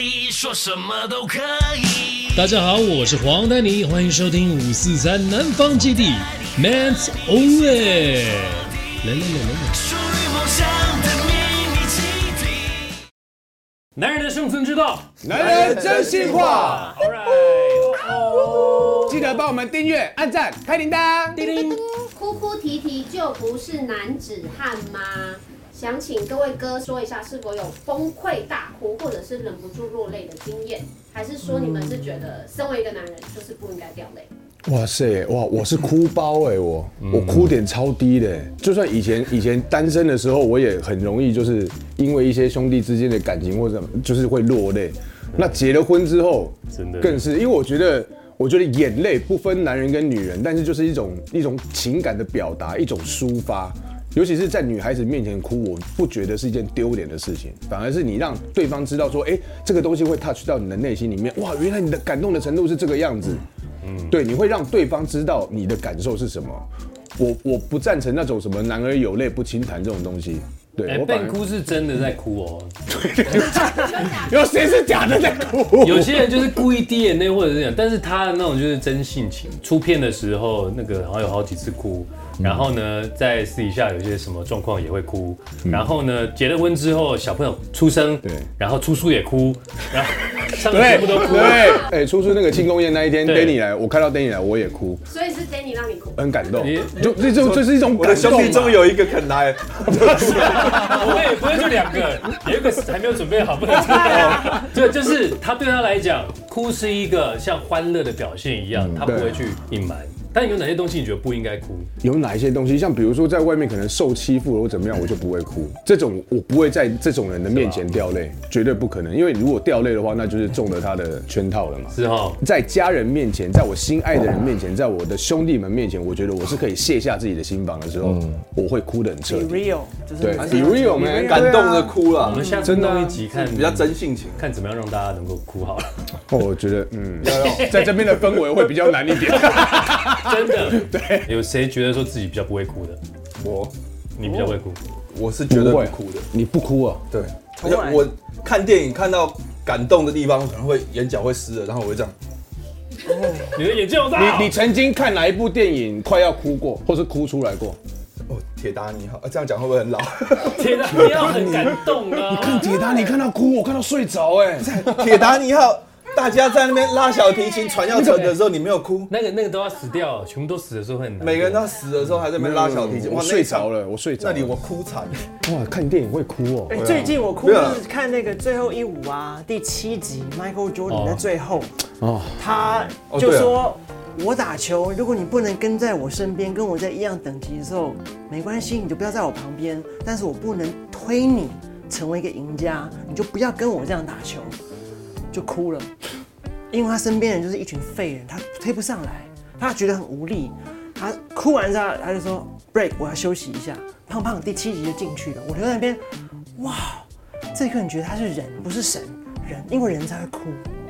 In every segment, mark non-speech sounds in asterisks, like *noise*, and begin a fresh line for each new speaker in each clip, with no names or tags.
以，说什么都可以。
大家好，我是黄丹妮，欢迎收听五四三南方基地 Man's Only。来来来来来。
属于梦想的秘密基地。
男人的生存之道。
男人真心话，哦
All right，
记得帮我们订阅、按赞、开铃铛。
叮叮。
哭哭啼啼就不是男子汉吗？想请各位哥说一下，是否有崩溃大哭，或者是忍不住落泪的经验？还是说你们是觉得身为一个男人就是不应该掉泪？
哇塞，哇，我是哭包哎、我
嗯
我哭点超低的、欸就算以前以前单身的时候，我也很容易就是因为一些兄弟之间的感情或者就是会落泪。那结了婚之后，
嗯真的
更是因为我觉得。我觉得眼泪不分男人跟女人，但是就是一种一种情感的表达，一种抒发，尤其是在女孩子面前哭，我不觉得是一件丢脸的事情，反而是你让对方知道说，哎、这个东西会 touch 到你的内心里面，哇，原来你的感动的程度是这个样子。对，你会让对方知道你的感受是什么。我我不赞成那种什么男儿有泪不轻弹这种东西。对，
哎，
我
笨哭是真的在哭哦，
有谁是假的
*laughs*
在哭？
有些人就是故意滴眼泪或者是这样，但是他的那种就是真性情。出片的时候，那个好像有好几次哭，
嗯
然后呢，在私底下有些什么状况也会哭，然后呢，结了婚之后小朋友出生，
嗯对
然后出书也哭，然后上个节
对
目都哭，
对，哎、出出那个庆功宴那一天
对
，Danny 来，我看到 Danny 来，我也哭，
所以是 Danny 让你哭，
很感动
你。
就这种，这是一种
我
感
的
动
*laughs* 兄
嘛。
弟中有一个肯来，
不会不会就两个，有一个还没有准备好，不能知道。对，就是他对他来讲，哭是一个像欢乐的表现一样，他不会去隐瞒。但有哪些东西你觉得不应该哭？
有哪一些东西，像比如说在外面可能受欺负了或怎么样，我就不会哭。这种我不会在这种人的面前掉泪，绝对不可能。因为如果掉泪的话，那就是中了他的圈套了嘛。
是哈，
在家人面前，在我心爱的人面前，在我的兄弟们面前，我觉得我是可以卸下自己的心防的时候，我会哭得很彻
Be
底。
real，就是
对
男
，be
生
real man，
感动的哭
我
了
们，下次
真的啊
弄一集看，
比较真性情。
看怎么样让大家能够哭好了。
哦我觉得嗯，在这边的氛围会比较难一 *laughs* 点。
真的，对，有谁觉得说自己比较不会哭的？
我
你比较会哭，
我是绝对不哭的，
你不哭啊？
对。而
从
且
来
我看电影看到感动的地方，可能会眼角会湿了，然后我会这样。
你的眼睛好大哦。
你你曾经看哪一部电影快要哭过，或是哭出来过？
哦，铁达尼号，啊这样讲会不会很老？
天哪，你要很感动啊！
铁达，你看到哭，我看到睡着哎。
铁达尼号，大家在那边拉小提琴、船要沉的时候，你没有哭，
那个那个都要死掉，哦全部都死的时候会很难过。
每个人都要死的时候还在那边拉小提琴，
我
哇，
睡着
了。
了，我睡着
那
了。
里我哭惨，
哇，看电影会哭哦。
哎最近我哭
对啊
就是看那个最后一舞啊，第七集 Michael
哦
Jordan 在最后，
哦
他
哦
就
对啊
说。我打球，如果你不能跟在我身边，跟我在一样等级的时候，没关系，你就不要在我旁边。但是我不能推你成为一个赢家，你就不要跟我这样打球，就哭了。因为他身边人就是一群废人，他推不上来，他觉得很无力。他哭完之后，他就说 break，我要休息一下。胖胖第七集就进去了，我留在那边，哇，这个人觉得他是人，不是神，人，因为人才会哭，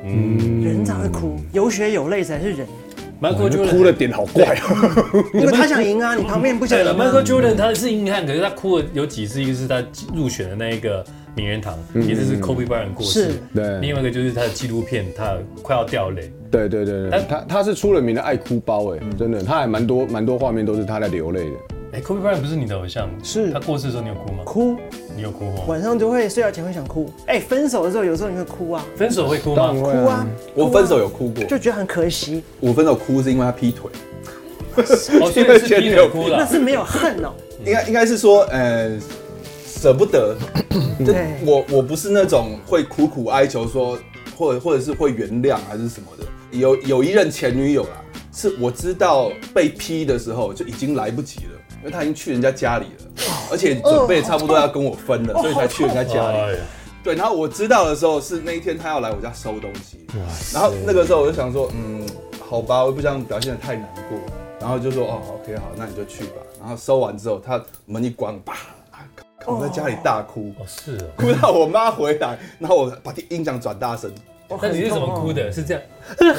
人才会哭，有血有泪才是人，
Michael Jordan
哭的点好怪哦。
因为他想赢啊，你旁边人不想
对
赢、
了
啊
，Michael。Jordan 他是硬汉，可是他哭的有几次，一个是他入选的那一个名人堂，一次是 Kobe Bryant 过世
嗯是，
对
另外一个就是他的纪录片，他快要掉泪。
对对对对，他他是出了名的爱哭包
嗯
哎，真的，他还蛮多蛮多画面都是他在流泪的。
哎，Kobe Bryant 不是你的偶像，
是
他过世的时候你有哭吗？
哭，
你有哭哦。
晚上就会睡觉前会想哭。哎、分手的时候有时候你会哭啊，
分手会哭
当
吗
然？会
哭啊，
我分手有哭过，
就觉得很可惜，
我分手哭是因为他劈腿，
哦，所以是
*laughs*
劈腿哭
那
了。
是没有恨哦、
应该应该是说，呃，舍不得。就
对
我我不是那种会苦苦哀求说，或者或者是会原谅还是什么的。有有一任前女友啦，是我知道被批的时候就已经来不及了，因为她已经去人家家里了，而且准备差不多要跟我分了，所以才去人家家里。
哎呀
对，然后我知道的时候是那一天他要来我家收东西，然后那个时候我就想说，嗯，好吧，我不想表现的太难过，然后就说哦，OK，好，那你就去吧。然后收完之后，他门一关，啪，啊我在家里大哭，
哦，是哦。
*laughs* 哭到我妈回来，然后我把音响转大声，
那你是
啊
怎么哭的？是这样？
我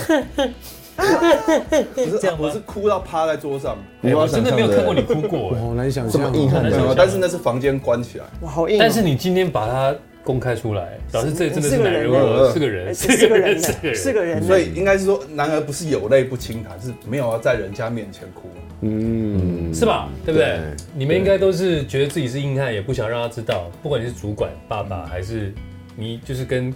是
这样吗
我是哭到趴在桌上，
哎我真的没有看过 *laughs* 你哭过哎。
好难想象，啊
没有
的
但是那是房间关起来，
哇，好硬、哦
但是你今天把他公开出来，表示这真的
是
是
个
男
人
人
类
味，是个人，
而且哎是个人
*laughs*
哎呢
是个，人，
是个人呢
所。以应该是说，男儿不是有泪不轻弹，是没有要在人家面前哭。
嗯，
是吧？对不对？
对
你们应该都是觉得自己是硬汉，也不想让他知道。不管你是主管、爸爸，还是你就是跟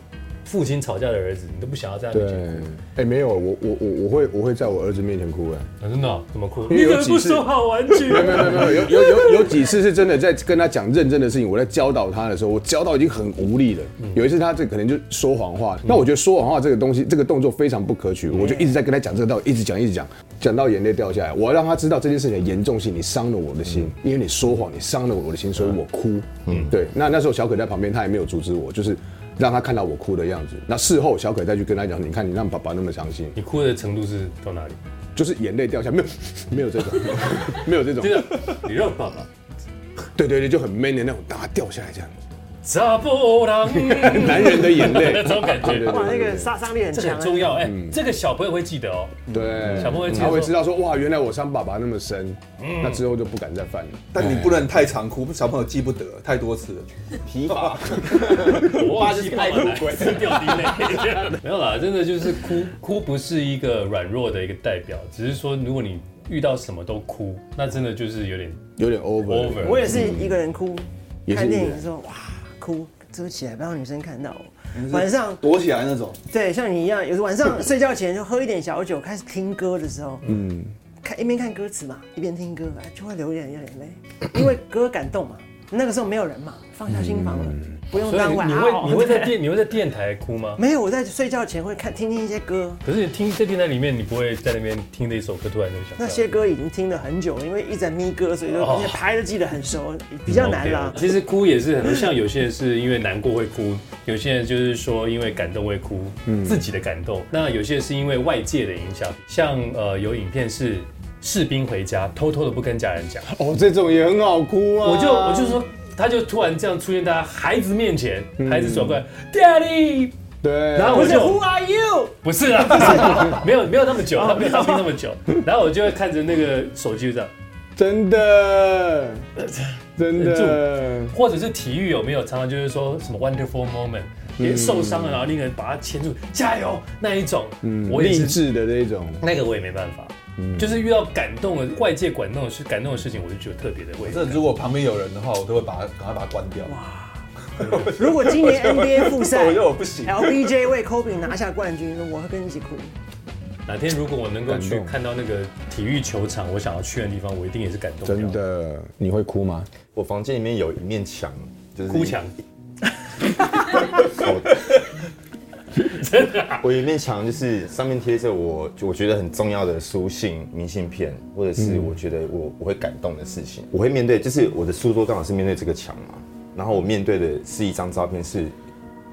父亲吵架的儿子，你都不想要这样
对
面前。，
哎，没有，我我我我会我会在我儿子面前哭哎。
啊真的哦怎么哭？
因
*laughs*
为
你
有
怎么不
几次
收好玩具？
没有没有没有，有有有有几次是真的在跟他讲认真的事情，我在教导他的时候，我教到已经很无力了。有一次他这可能就说谎话，那我觉得说谎话这个东西，这个动作非常不可取，我就一直在跟他讲这个道理，一直讲一直讲，讲到眼泪掉下来。我要让他知道这件事情的严重性，你伤了我的心，因为你说谎，你伤了我的心，所以我哭。嗯，对。那那时候小可在旁边，他也没有阻止我，就是让他看到我哭的样子。那事后小可再去跟他讲，你看你让爸爸那么伤心，
*laughs* 你哭的程度是到哪里？
就是眼泪掉下来，没有没有这种，没有这种
真。的， *laughs* 你让爸爸
对对对，就很 man 的那种，让它掉下来这样，
扎波浪， *laughs*
男人的眼泪
那
*laughs*
种感觉，
哇，那个杀伤力很
这
强
很
啊，
重要。哎，这个小朋友会记得哦。
对，
小朋友会知道
他会知道说，哇，原来我伤爸爸那么深，那之后就不敢再犯了。
但你不能太常哭，小朋友记不得，太多次了。
提法，
我爸就是爱哭鬼，掉滴泪。没有啦，真的就是哭，哭不是一个软弱的一个代表，只是说如果你遇到什么都哭，那真的就是有点
有点 over。
over。
我也是一个人哭，
也是
看
一个人
电影的时候哇哭，遮起来不让女生看到我。晚上
躲起来那种，
对，像你一样，有时晚上睡觉前就喝一点小酒，开始听歌的时候，嗯，看一边看歌词嘛，一边听歌，哎就会流眼眼泪，因为歌感动嘛。那个时候没有人嘛，放下心房了，不用
所以
当
你
晚
你
哦
会你会在
对
电你会在电台哭吗？
没有，我在睡觉前会看听听一些歌，
可是你听在电台里面，你不会在那边听的一首歌，突然就想到
那些歌已经听了很久了，因为一直在咪歌，所以就
哦
拍的记得很熟，比较难啦
OK，。其实哭也是很多，像有些人是因为难过会哭，有些人就是说因为感动会哭，
嗯
自己的感动。那有些是因为外界的影响，像呃有影片是士兵回家偷偷的不跟家人讲，
哦，这种也很好哭啊。
我就我就说。他就突然这样出现在他孩子面前，
嗯
孩子转过来，Daddy，
对，
然后我
不是
就
Who are you？
不是啊，
*laughs*
不是，没有没有那么
哦
久，他没有当兵那么久，然后我就会看着那个手机就这样，
真的， *laughs* 真的，
或者是体育有没有常常就是说什么 wonderful moment，也
嗯
受伤了，然后另一个人把他牵住，加油那一种，我也
嗯励
是
志嗯的那种。
那个我也没办法，就是遇到感动的外界感动的事，感动的事情，我就觉得特别的会。
这如果旁边有人的话，我都会把它赶快把它关掉。
如果今年 NBA 复赛
我觉得我不行。
，LBJ 为 Kobe 拿下冠军，我会跟你一起哭。
哪天如果我能够去
感动
看到那个体育球场，我想要去的地方，我一定也是感动。
真，的，你会哭吗？
我房间里面有一面墙，就是
哭墙，
*laughs* 我有一面墙，就是上面贴着我我觉得很重要的书信、明信片，或者是我觉得我我会感动的事情。我会面对，就是我的书桌刚好是面对这个墙嘛，然后我面对的是一张照片，是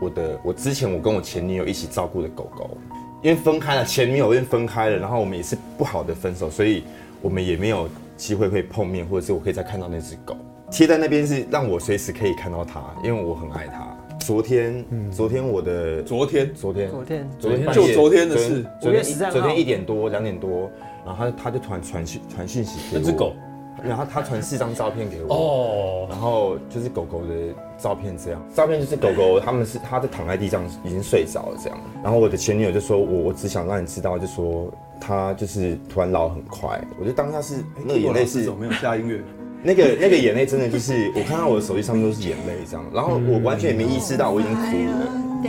我的我之前我跟我前女友一起照顾的狗狗，因为分开了，前女友因为分开了，然后我们也是不好的分手，所以我们也没有机会会碰面，或者是我可以再看到那只狗。贴在那边是让我随时可以看到它，因为我很爱它。昨天，昨天我的
昨天
昨天，
昨天
昨天半
就
夜
昨天的事
昨
5月
天
13号
昨天一点多两点多，然后他他就突然传讯传讯息给我，
那只狗，
然后他传四张照片给我，
哦，
然后就是狗狗的照片这样，照片就是狗狗他们是他在躺在地上已经睡着了这样，然后我的前女友就说我我只想让你知道，就说他就是突然老很快，我就当下是那个眼
*laughs*
泪是
怎么没有下音乐？
那个那个眼泪真的就是我看到我的手机上面都是眼泪这样，然后我完全也没意识到我已经哭了。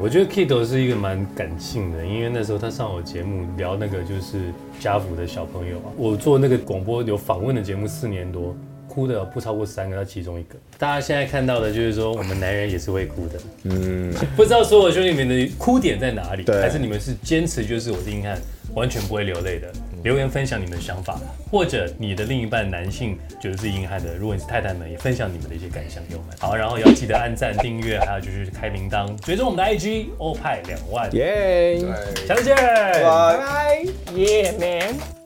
我觉得 Kido 是一个蛮感性的，因为那时候他上我节目聊那个就是家福的小朋友啊，我做那个广播有访问的节目四年多，哭的不超过三个，他其中一个。大家现在看到的就是说，我们男人也是会哭的，嗯，不知道所有兄弟们的哭点在哪里，还是你们是坚持就是我是硬汉，完全不会流泪的。留言分享你们的想法，或者你的另一半男性觉得是硬汉的，如果你是太太们，也分享你们的一些感想给我们。好，然后也要记得按赞、订阅，还有就是开铃铛，追踪我们的 IG 欧派两万，
耶！
下次见，
拜。
Yeah man。